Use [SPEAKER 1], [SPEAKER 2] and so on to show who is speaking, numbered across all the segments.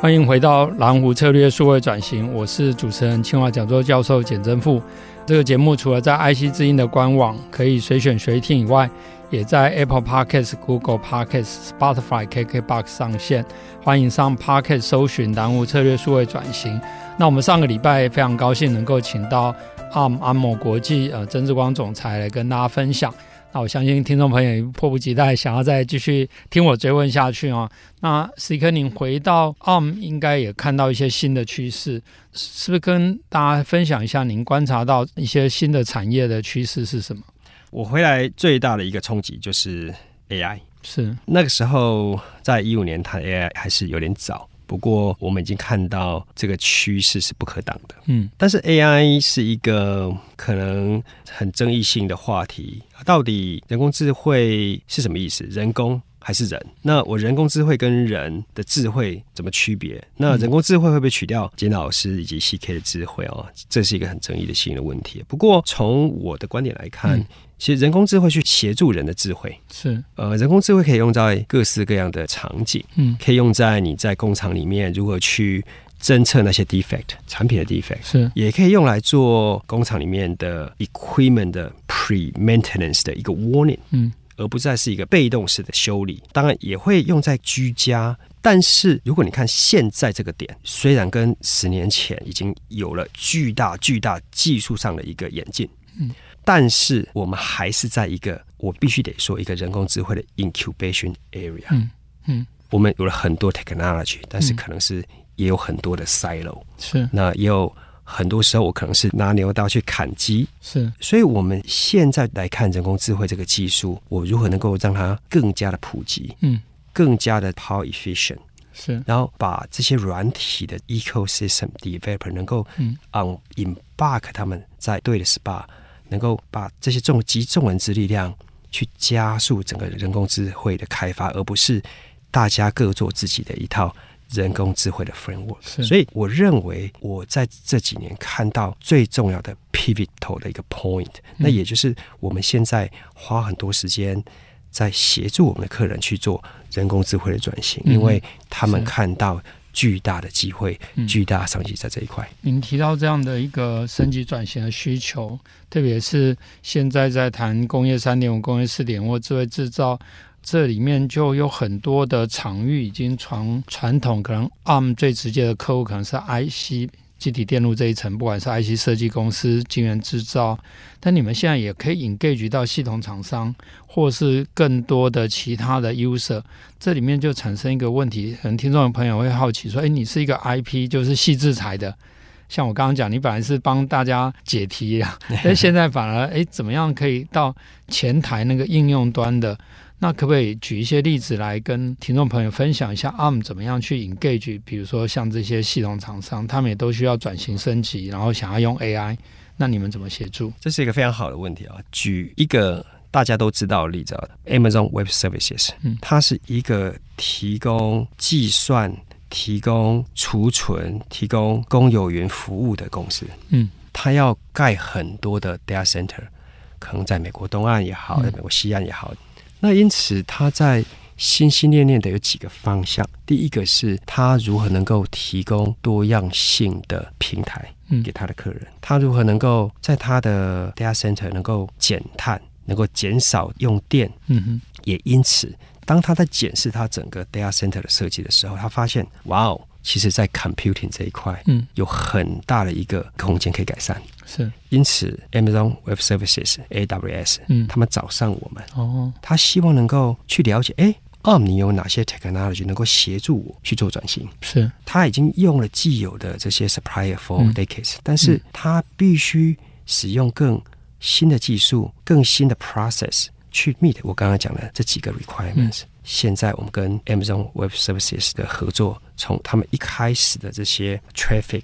[SPEAKER 1] 欢迎回到蓝湖策略数位转型，我是主持人清华讲座教授简真富。这个节目除了在 IC 之音的官网可以随选随听以外，也在 Apple Podcast、Google Podcast、Spotify、KKBox 上线。欢迎上 Podcast 搜寻蓝湖策略数位转型。那我们上个礼拜非常高兴能够请到 ARM 安某国际呃曾志光总裁来跟大家分享。那我相信听众朋友也迫不及待想要再继续听我追问下去啊、哦。那史克，您回到 ARM 应该也看到一些新的趋势，是不是跟大家分享一下您观察到一些新的产业的趋势是什么？
[SPEAKER 2] 我回来最大的一个冲击就是 AI。
[SPEAKER 1] 是
[SPEAKER 2] 那个时候在一五年谈 AI 还是有点早，不过我们已经看到这个趋势是不可挡的。
[SPEAKER 1] 嗯
[SPEAKER 2] 但是 AI 是一个可能很争议性的话题，到底人工智慧是什么意思？人工还是人？那我人工智慧跟人的智慧怎么区别？那人工智慧会不会取掉简老师以及 CK 的智慧哦？这是一个很争议的性的问题。不过从我的观点来看，
[SPEAKER 1] 嗯
[SPEAKER 2] 其实人工智慧去协助人的智慧，
[SPEAKER 1] 是
[SPEAKER 2] 呃，人工智慧可以用在各式各样的场景。
[SPEAKER 1] 嗯
[SPEAKER 2] 可以用在你在工厂里面如何去侦测那些 defect 产品的 defect，
[SPEAKER 1] 是
[SPEAKER 2] 也可以用来做工厂里面的 equipment 的 pre maintenance 的一个 warning，
[SPEAKER 1] 嗯
[SPEAKER 2] 而不再是一个被动式的修理。当然也会用在居家。但是如果你看现在这个点，虽然跟十年前已经有了巨大巨大技术上的一个演进，
[SPEAKER 1] 嗯，
[SPEAKER 2] 但是我们还是在一个我必须得说一个人工智慧的 incubation area，
[SPEAKER 1] 嗯嗯
[SPEAKER 2] 我们有了很多 technology，但是
[SPEAKER 1] 嗯
[SPEAKER 2] 可能是也有很多的 silo，、
[SPEAKER 1] 是嗯
[SPEAKER 2] 那也有很多时候我可能是拿牛刀去砍鸡，
[SPEAKER 1] 是
[SPEAKER 2] 所以我们现在来看人工智慧这个技术，我如何能够让它更加的普及，
[SPEAKER 1] 嗯
[SPEAKER 2] 更加的 power efficient，
[SPEAKER 1] 是
[SPEAKER 2] 然后把这些软体的 ecosystem developer 能够
[SPEAKER 1] 嗯
[SPEAKER 2] on embark 他们在对的 SPA，能够把这些重集众人之力量去加速整个人工智慧的开发，而不是大家各做自己的一套人工智慧的 framework。
[SPEAKER 1] 是
[SPEAKER 2] 所以我认为我在这几年看到最重要的 pivotal 的一个 point，、那
[SPEAKER 1] 嗯
[SPEAKER 2] 也就是我们现在花很多时间。在协助我们的客人去做人工智慧的转型，
[SPEAKER 1] 嗯哼
[SPEAKER 2] 因为他们
[SPEAKER 1] 是
[SPEAKER 2] 看到巨大的机会、
[SPEAKER 1] 嗯
[SPEAKER 2] 巨大的商机在这一块。
[SPEAKER 1] 您提到这样的一个升级转型的需求，特别是现在在谈工业三点五、工业四点或智慧制造，这里面就有很多的场域已经从传统可能 ARM 最直接的客户可能是 IC 机体电路这一层，不管是 IC 设计公司、晶圆制造，但你们现在也可以 engage 到系统厂商，或是更多的其他的 user。这里面就产生一个问题，可能听众朋友会好奇说：“诶，哎你是一个 IP，就是细制裁的。”像我刚刚讲，你本来是帮大家解题啊，但现在反而诶，怎么样可以到前台那个应用端的？那可不可以举一些例子来跟听众朋友分享一下 ARM 怎么样去 engage？比如说像这些系统厂商，他们也都需要转型升级，然后想要用 AI，那你们怎么协助？
[SPEAKER 2] 这是一个非常好的问题啊。举一个大家都知道的例子啊，Amazon Web Services，
[SPEAKER 1] 嗯
[SPEAKER 2] 它是一个提供计算、提供储存、提供公有云服务的公司。
[SPEAKER 1] 嗯，
[SPEAKER 2] 它要盖很多的 data center，可能在美国东岸也好，
[SPEAKER 1] 嗯
[SPEAKER 2] 在美国西岸也好。那因此，它在心心念念的有几个方向。第一个是它如何能够提供多样性的平台
[SPEAKER 1] 嗯
[SPEAKER 2] 给他的客人，他如何能够在他的 data center 能够减碳，能够减少用电，
[SPEAKER 1] 嗯哼，
[SPEAKER 2] 也因此，当他在检视他整个 data center 的设计的时候，他发现，哇哦，其实在 computing 这一块
[SPEAKER 1] 嗯，
[SPEAKER 2] 有很大的一个空间可以改善。
[SPEAKER 1] 是，
[SPEAKER 2] 因此，Amazon Web Services (AWS)
[SPEAKER 1] 嗯，
[SPEAKER 2] 他们找上我们，
[SPEAKER 1] 哦，
[SPEAKER 2] 他希望能够去了解，哎，ARM 你有哪些 technology 能够协助我去做转型？
[SPEAKER 1] 是，
[SPEAKER 2] 他已经用了既有的这些 supplier for
[SPEAKER 1] 嗯
[SPEAKER 2] decades，、但是他必须使用更
[SPEAKER 1] 嗯
[SPEAKER 2] 新的技术、更新的 process 去 meet 我刚刚讲的这几个 requirements，、现在我们跟 Amazon Web Services 的合作，从他们一开始的这些 traffic。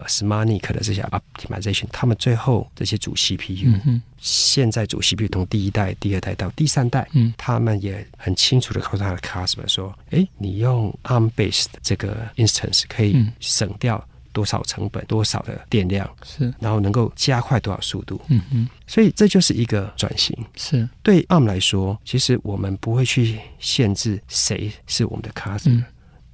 [SPEAKER 2] 呃 SmartNIC 的这些 optimization，他们最后这些主 CPU，、
[SPEAKER 1] 嗯哼，
[SPEAKER 2] 现在主 CPU 从第一代、第二代到第三代，
[SPEAKER 1] 嗯
[SPEAKER 2] 他们也很清楚的告诉他的 customer 说，哎，你用 ARM based 这个 instance 可以
[SPEAKER 1] 嗯
[SPEAKER 2] 省掉多少成本、多少的电量，
[SPEAKER 1] 是，
[SPEAKER 2] 然后能够加快多少速度，
[SPEAKER 1] 嗯哼，
[SPEAKER 2] 所以这就是一个转型。
[SPEAKER 1] 是，
[SPEAKER 2] 对 ARM 来说，其实我们不会去限制谁是我们的 customer，、
[SPEAKER 1] 嗯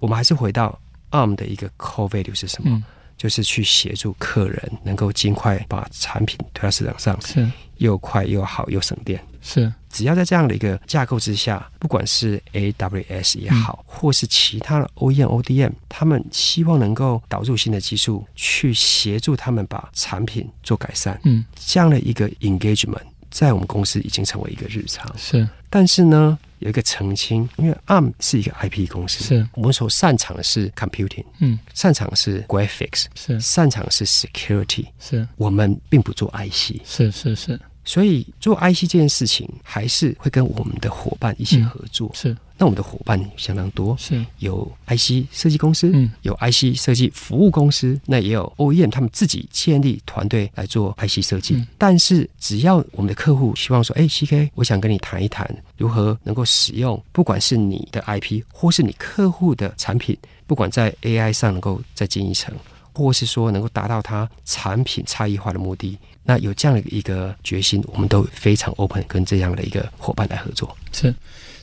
[SPEAKER 2] 我们还是回到 ARM 的一个 core value 是什么，
[SPEAKER 1] 嗯，
[SPEAKER 2] 就是去协助客人能够尽快把产品推到市场上，
[SPEAKER 1] 是，
[SPEAKER 2] 又快又好又省电。
[SPEAKER 1] 是，
[SPEAKER 2] 只要在这样的一个架构之下，不管是 AWS 也好，
[SPEAKER 1] 嗯
[SPEAKER 2] 或是其他的 E OEM、ODM，他们希望能够导入新的技术，去协助他们把产品做改善，
[SPEAKER 1] 嗯，
[SPEAKER 2] 这样的一个 engagement，在我们公司已经成为一个日常。
[SPEAKER 1] 是，
[SPEAKER 2] 但是呢，有一个澄清，因为 ARM 是一个 IP 公司，
[SPEAKER 1] 是，
[SPEAKER 2] 我们所擅长的是 computing，
[SPEAKER 1] 嗯，
[SPEAKER 2] 擅长的是 graphics，
[SPEAKER 1] 是，
[SPEAKER 2] 擅长的是 security，
[SPEAKER 1] 是，
[SPEAKER 2] 我们并不做 IC。
[SPEAKER 1] 是，是，是，
[SPEAKER 2] 所以做 IC 这件事情，还是会跟我们的伙伴一起合作。
[SPEAKER 1] 是，
[SPEAKER 2] 那我们的伙伴相当多，
[SPEAKER 1] 是，
[SPEAKER 2] 有 IC 设计公司，
[SPEAKER 1] 嗯
[SPEAKER 2] 有 IC 设计服务公司，那也有 OEM 他们自己建立团队来做 IC 设计。
[SPEAKER 1] 嗯
[SPEAKER 2] 但是只要我们的客户希望说，哎，CK，我想跟你谈一谈如何能够使用，不管是你的 IP 或是你客户的产品，不管在 AI 上能够再进一层。或是说能够达到它产品差异化的目的，那有这样的一个决心，我们都非常 open 跟这样的一个伙伴来合作。
[SPEAKER 1] 是。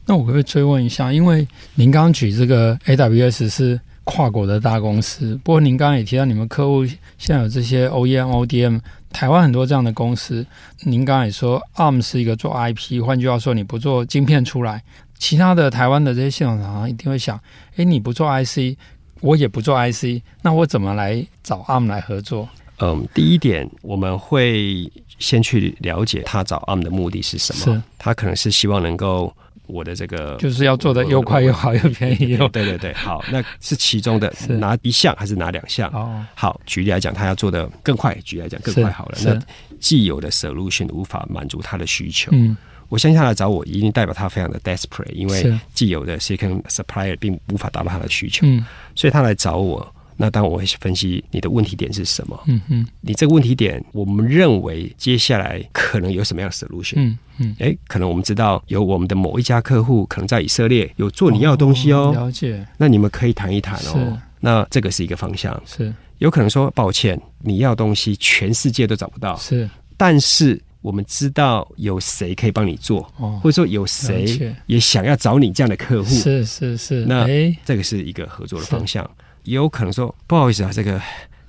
[SPEAKER 1] 那我可不可以追问一下？因为您刚刚举这个 AWS 是跨国的大公司，不过您刚刚也提到你们客户现在有这些 E OEM、ODM，台湾很多这样的公司。您刚刚也说 ARM 是一个做 IP，换句话说，你不做晶片出来，其他的台湾的这些系统厂商一定会想：诶，你不做 IC，我也不做 IC，那我怎么来找 ARM 来合作？
[SPEAKER 2] 嗯，第一点，我们会先去了解他找 ARM 的目的是什么。
[SPEAKER 1] 是
[SPEAKER 2] 他可能是希望能够我的这个
[SPEAKER 1] 就是要做的又快又好又便宜又
[SPEAKER 2] 对对对，好，那是其中的
[SPEAKER 1] 是
[SPEAKER 2] 哪一项还是哪两项？
[SPEAKER 1] 哦，
[SPEAKER 2] 好，举例来讲，他要做的更快，举例来讲更
[SPEAKER 1] 是
[SPEAKER 2] 快好了。
[SPEAKER 1] 是
[SPEAKER 2] 那既有的 solution 无法满足他的需求，
[SPEAKER 1] 嗯，
[SPEAKER 2] 我相信他来找我一定代表他非常的 desperate，因为
[SPEAKER 1] 是
[SPEAKER 2] 既有的 second supplier 并无法达到他的需求，
[SPEAKER 1] 嗯
[SPEAKER 2] 所以他来找我。那当然我会分析你的问题点是什么，
[SPEAKER 1] 嗯嗯
[SPEAKER 2] 你这个问题点，我们认为接下来可能有什么样的 solution？
[SPEAKER 1] 嗯嗯，
[SPEAKER 2] 哎、可能我们知道有我们的某一家客户可能在以色列有做你要的东西哦，
[SPEAKER 1] 了解
[SPEAKER 2] 那你们可以谈一谈哦
[SPEAKER 1] 是。
[SPEAKER 2] 那这个是一个方向，
[SPEAKER 1] 是
[SPEAKER 2] 有可能说抱歉，你要的东西全世界都找不到，
[SPEAKER 1] 是
[SPEAKER 2] 但是我们知道有谁可以帮你做，
[SPEAKER 1] 哦
[SPEAKER 2] 或，者说有
[SPEAKER 1] 了
[SPEAKER 2] 谁
[SPEAKER 1] 解
[SPEAKER 2] 也想要找你这样的客户，
[SPEAKER 1] 是是是，
[SPEAKER 2] 那
[SPEAKER 1] 哎
[SPEAKER 2] 这个是一个合作的方向。也有可能说，不好意思啊，这个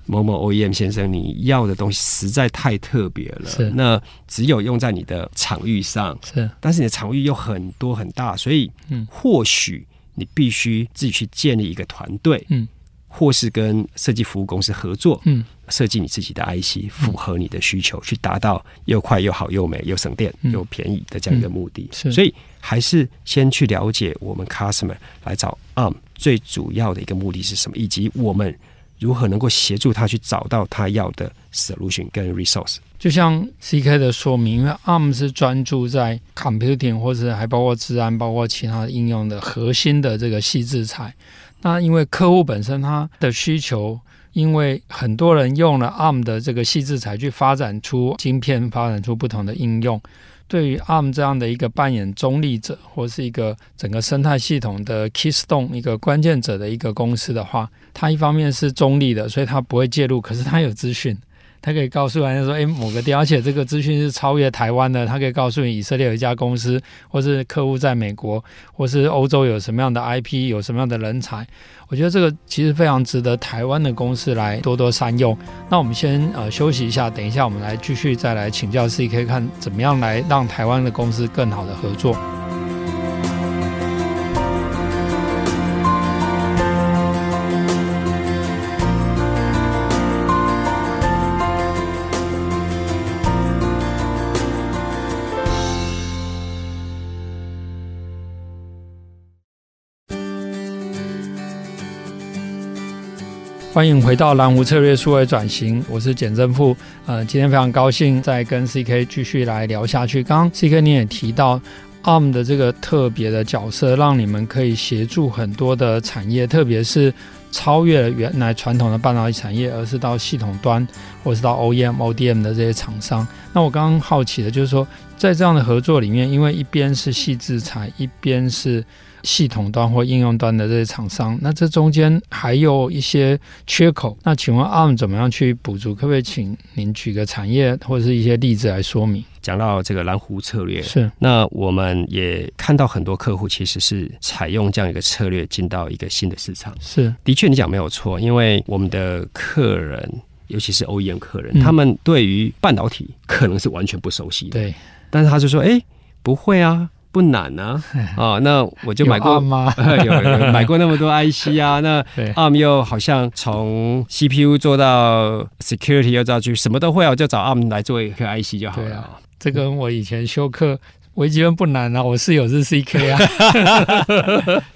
[SPEAKER 2] 某某 OEM 先生，你要的东西实在太特别了
[SPEAKER 1] 是，
[SPEAKER 2] 那只有用在你的场域上，
[SPEAKER 1] 是
[SPEAKER 2] 但是你的场域又很多很大，所以
[SPEAKER 1] 嗯
[SPEAKER 2] 或许你必须自己去建立一个团队，
[SPEAKER 1] 嗯
[SPEAKER 2] 或是跟设计服务公司合作，
[SPEAKER 1] 嗯
[SPEAKER 2] 设计你自己的 IC，符合你的需求，去达到又快又好又美又省电
[SPEAKER 1] 嗯
[SPEAKER 2] 又便宜的这样一个目的。
[SPEAKER 1] 是
[SPEAKER 2] 所以还是先去了解我们 customer 来找 ARM 最主要的一个目的是什么，以及我们如何能够协助他去找到他要的 solution 跟 resource。
[SPEAKER 1] 就像 CK 的说明，因为 ARM 是专注在 computing 或者还包括治安、包括其他的应用的核心的这个细制裁。那因为客户本身他的需求，因为很多人用了 ARM 的这个细制裁去发展出晶片，发展出不同的应用。对于 ARM 这样的一个扮演中立者，或是一个整个生态系统的 keystone 一个关键者的一个公司的话，它一方面是中立的，所以它不会介入，可是它有资讯。他可以告诉人家说，诶，某个地方，而且这个资讯是超越台湾的，他可以告诉你以色列有一家公司，或是客户在美国，或是欧洲有什么样的 IP，有什么样的人才。我觉得这个其实非常值得台湾的公司来多多善用。那我们先呃休息一下，等一下我们来继续再来请教 CK 看怎么样来让台湾的公司更好的合作。欢迎回到蓝湖策略数位转型，我是简正富。呃，今天非常高兴再跟 CK 继续来聊下去。刚刚 CK 你也提到， ARM 的这个特别的角色，让你们可以协助很多的产业，特别是超越了原来传统的半导体产业，而是到系统端或是到 E OEM、ODM 的这些厂商。那我刚刚好奇的就是说，在这样的合作里面，因为一边是细制裁，一边是系统端或应用端的这些厂商，那这中间还有一些缺口。那请问 ARM 怎么样去补足？可不可以请您举个产业或者是一些例子来说明？
[SPEAKER 2] 讲到这个蓝湖策略，
[SPEAKER 1] 是
[SPEAKER 2] 那我们也看到很多客户其实是采用这样一个策略进到一个新的市场。
[SPEAKER 1] 是
[SPEAKER 2] 的确，你讲没有错，因为我们的客人，尤其是 OEM 客人，
[SPEAKER 1] 嗯
[SPEAKER 2] 他们对于半导体可能是完全不熟悉的，
[SPEAKER 1] 对，
[SPEAKER 2] 但是他就说：“哎，不会啊，不难 啊，啊，那我就买
[SPEAKER 1] 有 ARM
[SPEAKER 2] 过。”
[SPEAKER 1] 吗？
[SPEAKER 2] 有有有买过那么多 IC 啊，那
[SPEAKER 1] 对
[SPEAKER 2] ARM 又好像从 CPU 做到 security 又到去什么都会啊，我就找 ARM 来做一个 IC 就好
[SPEAKER 1] 对
[SPEAKER 2] 了。
[SPEAKER 1] 啊这跟我以前修课微积分不难啊，我室友是 CK 啊，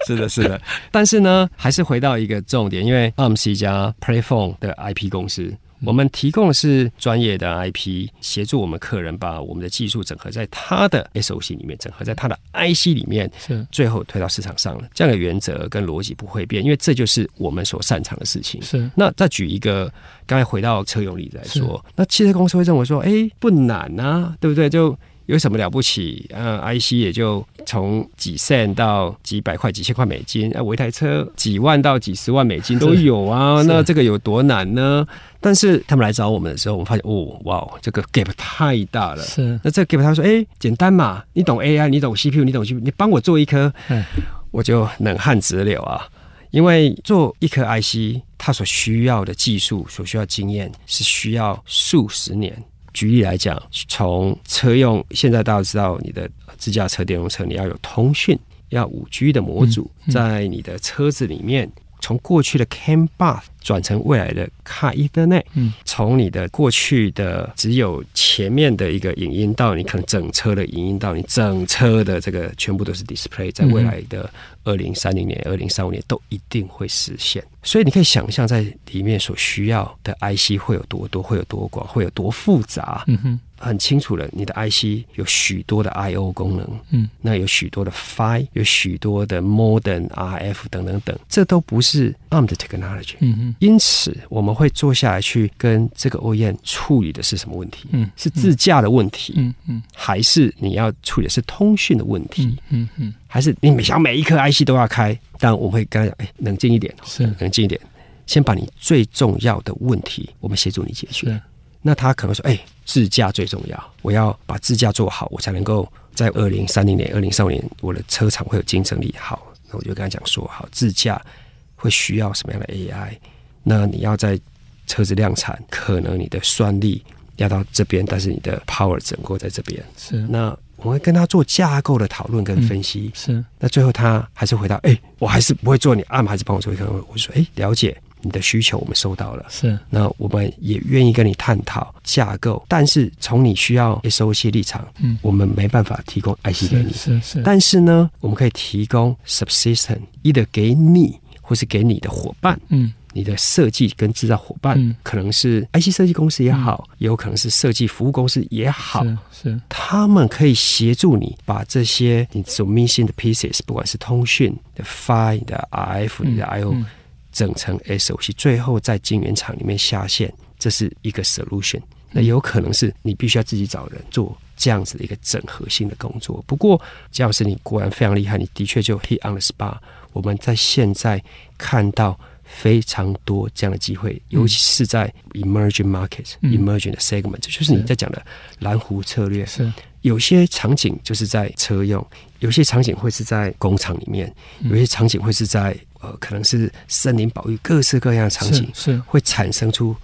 [SPEAKER 2] 是的，是的。但是呢，还是回到一个重点，因为 ARM 是一家 Playphone 的 IP 公司。我们提供的是专业的 IP，协助我们客人把我们的技术整合在他的 SOC 里面，整合在他的 IC 里面，
[SPEAKER 1] 是
[SPEAKER 2] 最后推到市场上了。这样的原则跟逻辑不会变，因为这就是我们所擅长的事情。
[SPEAKER 1] 是
[SPEAKER 2] 那再举一个，刚才回到车用例子来说，那汽车公司会认为说，哎，不难啊，对不对？就有什么了不起？嗯、IC 也就从几 cent 到几百块、几千块美金，啊，我一台车几万到几十万美金都有啊，
[SPEAKER 1] 是
[SPEAKER 2] 那这个有多难呢？但是他们来找我们的时候，我们发现，哦，哇，这个 gap 太大了。
[SPEAKER 1] 是
[SPEAKER 2] 那这个 gap 他说，哎、简单嘛，你懂 AI，你懂 CPU，你懂 GPU，你帮我做一颗
[SPEAKER 1] 嗯，
[SPEAKER 2] 我就冷汗直流啊。因为做一颗 IC，它所需要的技术、所需要经验是需要数十年。举例来讲，从车用，现在大家知道你的自驾车、电动车，你要有通讯，要五 G 的模组
[SPEAKER 1] 嗯嗯
[SPEAKER 2] 在你的车子里面，从过去的 CAN bus 转成未来的 Car Ethernet，
[SPEAKER 1] 嗯，
[SPEAKER 2] 从你的过去的只有前面的一个影音到你可能整车的影音到你整车的这个全部都是 display，在未来的二零三零年、二零三五年都一定会实现。所以你可以想象，在里面所需要的 IC 会有多多，会有多广，会有多复杂。
[SPEAKER 1] 嗯哼
[SPEAKER 2] 很清楚了，你的 IC 有许多的 IO 功能，
[SPEAKER 1] 嗯，
[SPEAKER 2] 那有许多的 Fi，有许多的 Modern RF 等等等，这都不是 ARM 的 technology。
[SPEAKER 1] 嗯哼
[SPEAKER 2] 因此，我们会坐下来去跟这个 OEM 处理的是什么问题？
[SPEAKER 1] 嗯
[SPEAKER 2] 是自驾的问题，
[SPEAKER 1] 嗯嗯
[SPEAKER 2] 还是你要处理的是通讯的问题？
[SPEAKER 1] 嗯嗯嗯
[SPEAKER 2] 还是你每想每一颗 IC 都要开？但我们会跟他讲，哎，冷静一点，
[SPEAKER 1] 是
[SPEAKER 2] 冷静一点，先把你最重要的问题，我们协助你解决。
[SPEAKER 1] 是
[SPEAKER 2] 那他可能说，哎、自驾最重要，我要把自驾做好，我才能够在二零三零年、二零三五年，我的车厂会有竞争力。好，那我就跟他讲说，好，自驾会需要什么样的 AI？那你要在车子量产，可能你的算力要到这边，但是你的 power 整个在这边。
[SPEAKER 1] 是
[SPEAKER 2] 那我会跟他做架构的讨论跟分析。
[SPEAKER 1] 是
[SPEAKER 2] 那最后他还是回答，哎、我还是不会做你 ARM，还是帮我做一个。我说，哎、了解你的需求，我们收到了。
[SPEAKER 1] 是
[SPEAKER 2] 那我们也愿意跟你探讨架构，但是从你需要 SOC 立场，
[SPEAKER 1] 嗯
[SPEAKER 2] 我们没办法提供 IC 给
[SPEAKER 1] 是
[SPEAKER 2] 你，
[SPEAKER 1] 是是，
[SPEAKER 2] 但是呢，我们可以提供 subsystem，either 给你或是给你的伙伴。
[SPEAKER 1] 嗯
[SPEAKER 2] 你的设计跟制造伙伴、
[SPEAKER 1] 嗯
[SPEAKER 2] 可能是 IC 设计公司也好，也有可能是设计服务公司也好，
[SPEAKER 1] 是是
[SPEAKER 2] 他们可以协助你把这些你所 missing 的 pieces，不管是通讯你的 Fi、你的 RF、你的 IO，、
[SPEAKER 1] 嗯
[SPEAKER 2] 整成 SOC，最后在晶圆厂里面下线，这是一个
[SPEAKER 1] 嗯
[SPEAKER 2] solution。那有可能是你必须要自己找人做这样子的一个整合性的工作。不过，姜老师你果然非常厉害，你的确就 hit on the spot。我们在现在看到非常多这样的机会，尤其是在 emerging market、
[SPEAKER 1] 嗯
[SPEAKER 2] emerging 的 segment，这就是你在讲的蓝湖策略。
[SPEAKER 1] 是
[SPEAKER 2] 有些场景就是在车用，有些场景会是在工厂里面，
[SPEAKER 1] 嗯
[SPEAKER 2] 有些场景会是在呃，可能是森林保育，各式各样的场景
[SPEAKER 1] 是是
[SPEAKER 2] 会产生出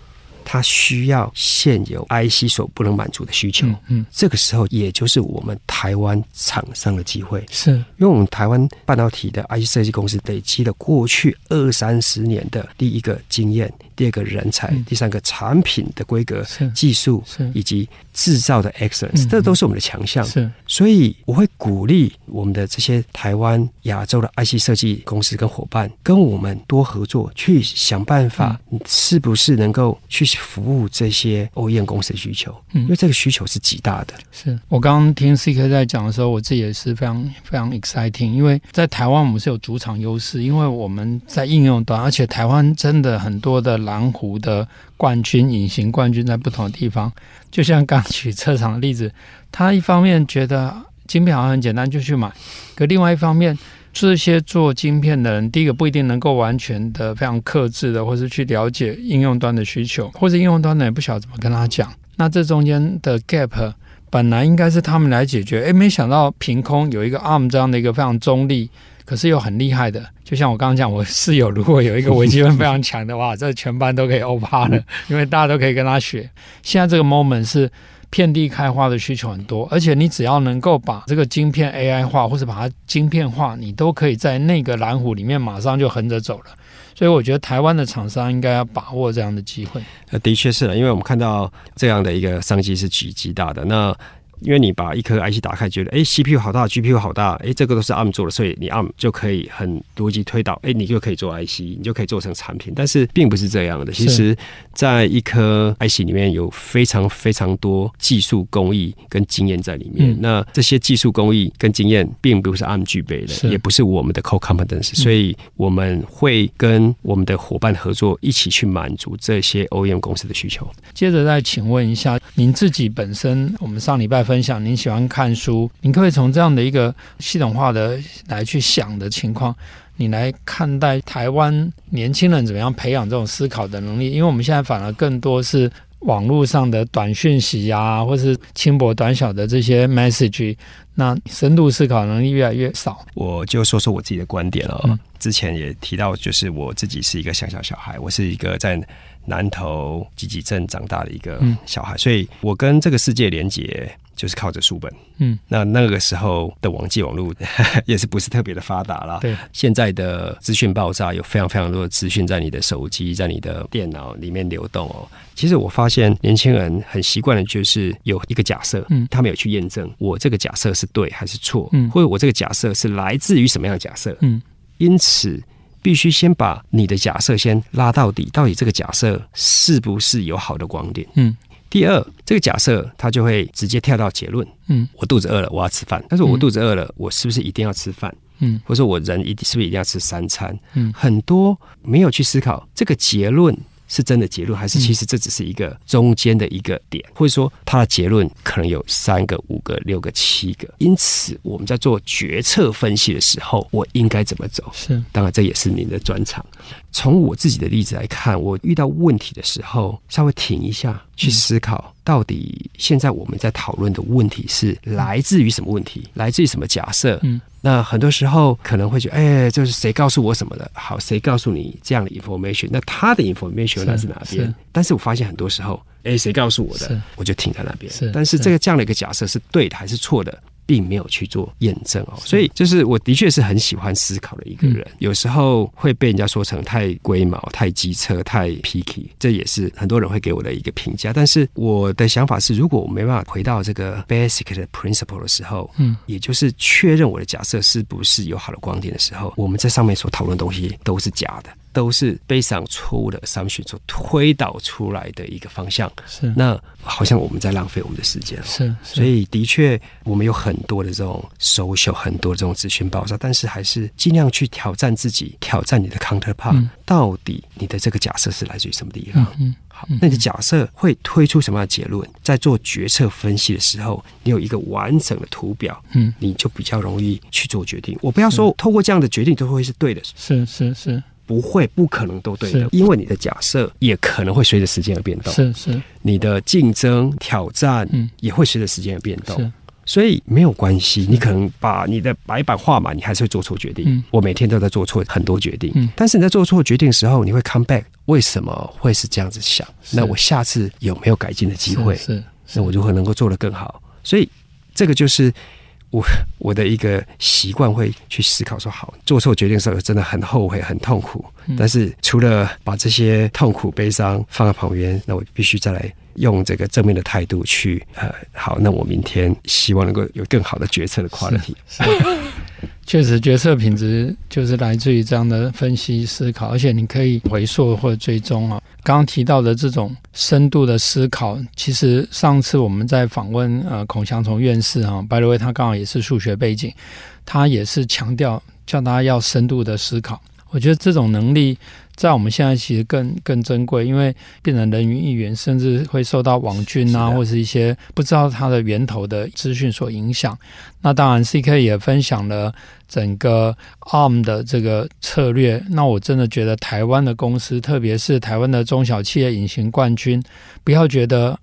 [SPEAKER 2] 它需要现有 IC 所不能满足的需求。
[SPEAKER 1] 嗯嗯
[SPEAKER 2] 这个时候，也就是我们台湾厂商的机会。
[SPEAKER 1] 是
[SPEAKER 2] 因为我们台湾半导体的 IC 设计公司累积了过去二三十年的第一个经验，第二个人才，
[SPEAKER 1] 嗯
[SPEAKER 2] 第三个产品的规格
[SPEAKER 1] 是、
[SPEAKER 2] 技术
[SPEAKER 1] 是
[SPEAKER 2] 以及制造的 excellence，、
[SPEAKER 1] 嗯
[SPEAKER 2] 这都是我们的强项。
[SPEAKER 1] 是
[SPEAKER 2] 所以我会鼓励我们的这些台湾、亚洲的 IC 设计公
[SPEAKER 1] 嗯
[SPEAKER 2] 司跟伙伴，跟我们多合作，去想办法，是不是能够去服务这些 OEM 公司的需求，
[SPEAKER 1] 嗯
[SPEAKER 2] 因为这个需求是极大的。
[SPEAKER 1] 是我刚刚听 CK 在讲的时候，我自己也是非常非常 exciting，因为在台湾我们是有主场优势，因为我们在应用端，而且台湾真的很多的蓝湖的冠军、隐形冠军在不同的地方，就像刚举车厂的例子，他一方面觉得晶片好像很简单就去买，可另外一方面。这些做晶片的人，第一个不一定能够完全的、非常克制的，或是去了解应用端的需求，或者应用端的也不晓得怎么跟他讲。那这中间的 gap 本来应该是他们来解决，诶，没想到凭空有一个 ARM 这样的一个非常中立，可是又很厉害的。就像我刚刚讲，我室友如果有一个微积分非常强的话，这全班都可以欧趴了， 因为大家都可以跟他学。现在这个 moment 是遍地开花的需求很多，而且你只要能够把这个晶片 AI 化，或是把它晶片化，你都可以在那个蓝湖里面马上就横着走了。所以我觉得台湾的厂商应该要把握这样的机会。
[SPEAKER 2] 呃，的确是的，因为我们看到这样的一个商机是极极大的。那因为你把一颗 IC 打开，觉得哎 CPU 好大，GPU 好大，哎这个都是 ARM 做的，所以你 ARM 就可以很逻辑推导，哎你就可以做 IC，你就可以做成产品。但是并不是这样的，其实在一颗 IC 里面有非常非常多技术工艺跟经验在里面。
[SPEAKER 1] 嗯
[SPEAKER 2] 那这些技术工艺跟经验并不是 ARM 具备
[SPEAKER 1] 是嗯
[SPEAKER 2] 的，也不是我们的 core competence，所以我们会跟我们的伙伴合作，一起去满足这些 OEM 公司的需求。
[SPEAKER 1] 接着再请问一下，您自己本身，我们上礼拜分享您喜欢看书，您可不可以从这样的一个系统化的来去想的情况，你来看待台湾年轻人怎么样培养这种思考的能力？因为我们现在反而更多是。网络上的短讯息啊，或是轻薄短小的这些 message，那深度思考能力越来越少。
[SPEAKER 2] 我就说说我自己的观点了、
[SPEAKER 1] 嗯
[SPEAKER 2] 之前也提到，就是我自己是一个乡下小孩，我是一个在南投集集镇长大的一个
[SPEAKER 1] 嗯
[SPEAKER 2] 小孩，所以我跟这个世界连接就是靠着书本。
[SPEAKER 1] 嗯，
[SPEAKER 2] 那那个时候的网际网络 也是不是特别的发达啦。
[SPEAKER 1] 对，
[SPEAKER 2] 现在的资讯爆炸，有非常非常多的资讯在你的手机、在你的电脑里面流动哦。其实我发现年轻人很习惯的就是有一个假设，
[SPEAKER 1] 嗯
[SPEAKER 2] 他没有去验证我这个假设是对还是错，
[SPEAKER 1] 嗯
[SPEAKER 2] 或者我这个假设是来自于什么样的假设，
[SPEAKER 1] 嗯，
[SPEAKER 2] 因此。必须先把你的假设先拉到底，到底这个假设是不是有好的观点？
[SPEAKER 1] 嗯，
[SPEAKER 2] 第二，这个假设它就会直接跳到结论。
[SPEAKER 1] 嗯，
[SPEAKER 2] 我肚子饿了，我要吃饭。但是我肚子饿了，我是不是一定要吃饭？
[SPEAKER 1] 嗯，
[SPEAKER 2] 或者说我人一定是不是一定要吃三餐？
[SPEAKER 1] 嗯
[SPEAKER 2] 很多没有去思考这个结论是真的结论，
[SPEAKER 1] 嗯
[SPEAKER 2] 还是其实这只是一个中间的一个点，或者说它的结论可能有三个、五个、六个、七个。因此，我们在做决策分析的时候，我应该怎么走？
[SPEAKER 1] 是，
[SPEAKER 2] 当然，这也是您的专长。从我自己的例子来看，我遇到问题的时候，稍微停一下，去思考到底现在我们在讨论的问题是来自于什么问题，来自于什么假设。
[SPEAKER 1] 嗯，
[SPEAKER 2] 那很多时候可能会觉得，哎、就是谁告诉我什么的，好，谁告诉你这样的 information？那他的 information 来自哪
[SPEAKER 1] 是
[SPEAKER 2] 边？但是我发现很多时候，哎、谁告诉我
[SPEAKER 1] 是
[SPEAKER 2] 的，我就停在那边。
[SPEAKER 1] 是
[SPEAKER 2] 但是
[SPEAKER 1] 是
[SPEAKER 2] 这个这样的一个假设是对的还是错的，并没有去做验证哦。所以就是我的确是很喜欢思考的一个人，有时候会被人家说成太龟毛、太机车、太 picky，这也是很多人会给我的一个评价。但是我的想法是，如果我没办法回到这个 basic 的 principle 的时候，
[SPEAKER 1] 嗯，
[SPEAKER 2] 也就是确认我的假设是不是有好的观点的时候，我们在上面所讨论的东西都是假的。都是背上错误的 assumption 所推导出来的一个方向，
[SPEAKER 1] 是，
[SPEAKER 2] 那好像我们在浪费我们的时间哦。
[SPEAKER 1] 是，
[SPEAKER 2] 所
[SPEAKER 1] 所以
[SPEAKER 2] 以的确，我们有很多的这种 social，很多这种资讯爆炸，但是还是尽量去挑战自己，挑战你的 counterpart，、
[SPEAKER 1] 嗯
[SPEAKER 2] 到底你的这个假设是来自于什么地方？
[SPEAKER 1] 嗯嗯
[SPEAKER 2] 好，那你的假设会推出什么样的结论？在做决策分析的时候，你有一个完整的图表，
[SPEAKER 1] 嗯，
[SPEAKER 2] 你就比较容易去做决定。我不要说透过这样的决定都会是对的，
[SPEAKER 1] 是是是
[SPEAKER 2] 不会，不可能都对的
[SPEAKER 1] 是，
[SPEAKER 2] 因为你的假设也可能会随着时间而变动。
[SPEAKER 1] 是是
[SPEAKER 2] 你的竞争挑战
[SPEAKER 1] 嗯
[SPEAKER 2] 也会随着时间而变动。
[SPEAKER 1] 是，
[SPEAKER 2] 所以没有关系，你可能把你的白板画满，你还是会做错决定。
[SPEAKER 1] 嗯
[SPEAKER 2] 我每天都在做错很多决定，
[SPEAKER 1] 嗯
[SPEAKER 2] 但是你在做错决定的时候，你会 come back，为什么会是这样子想？
[SPEAKER 1] 是
[SPEAKER 2] 那我下次有没有改进的机会？
[SPEAKER 1] 是是
[SPEAKER 2] 那我如何能够做得更好？所以这个就是我我的一个习惯，会去思考说，好，做错决定的时候真的很后悔，很痛苦。但是除了把这些痛苦、悲伤放在旁边，那我必须再来用这个正面的态度去，呃，好，那我明天希望能够有更好的决策的 quality。
[SPEAKER 1] 是 确实，决策品质就是来自于这样的分析思考，而且你可以回溯或者追踪啊。刚刚提到的这种深度的思考，其实上次我们在访问呃孔祥从院士啊，白 a 威他刚好也是数学背景，他也是强调叫大家要深度的思考。我觉得这种能力在我们现在其实更更珍贵，因为变成人云亦云，甚至会受到网军啊
[SPEAKER 2] 是的
[SPEAKER 1] 或是一些不知道它的源头的资讯所影响。那当然，CK 也分享了整个 ARM 的这个策略。那我真的觉得台湾的公司，特别是台湾的中小企业隐形冠军，不要觉得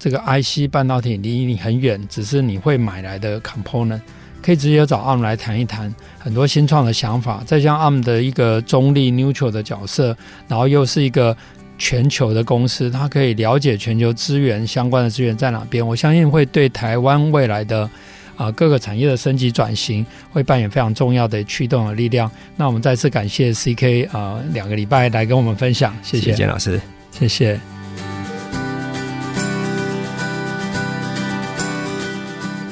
[SPEAKER 1] 这个 IC 半导体离你很远，只是你会买来的 component，可以直接找 ARM 来谈一谈很多新创的想法，再加上 ARM 的一个中立 neutral 的角色，然后又是一个。全球的公司，它可以了解全球资源相关的资源在哪边，我相信会对台湾未来的啊、各个产业的升级转型会扮演非常重要的驱动的力量。那我们再次感谢 CK 啊、两个礼拜来跟我们分享，谢
[SPEAKER 2] 谢
[SPEAKER 1] 谢
[SPEAKER 2] 谢简老师。
[SPEAKER 1] 谢谢。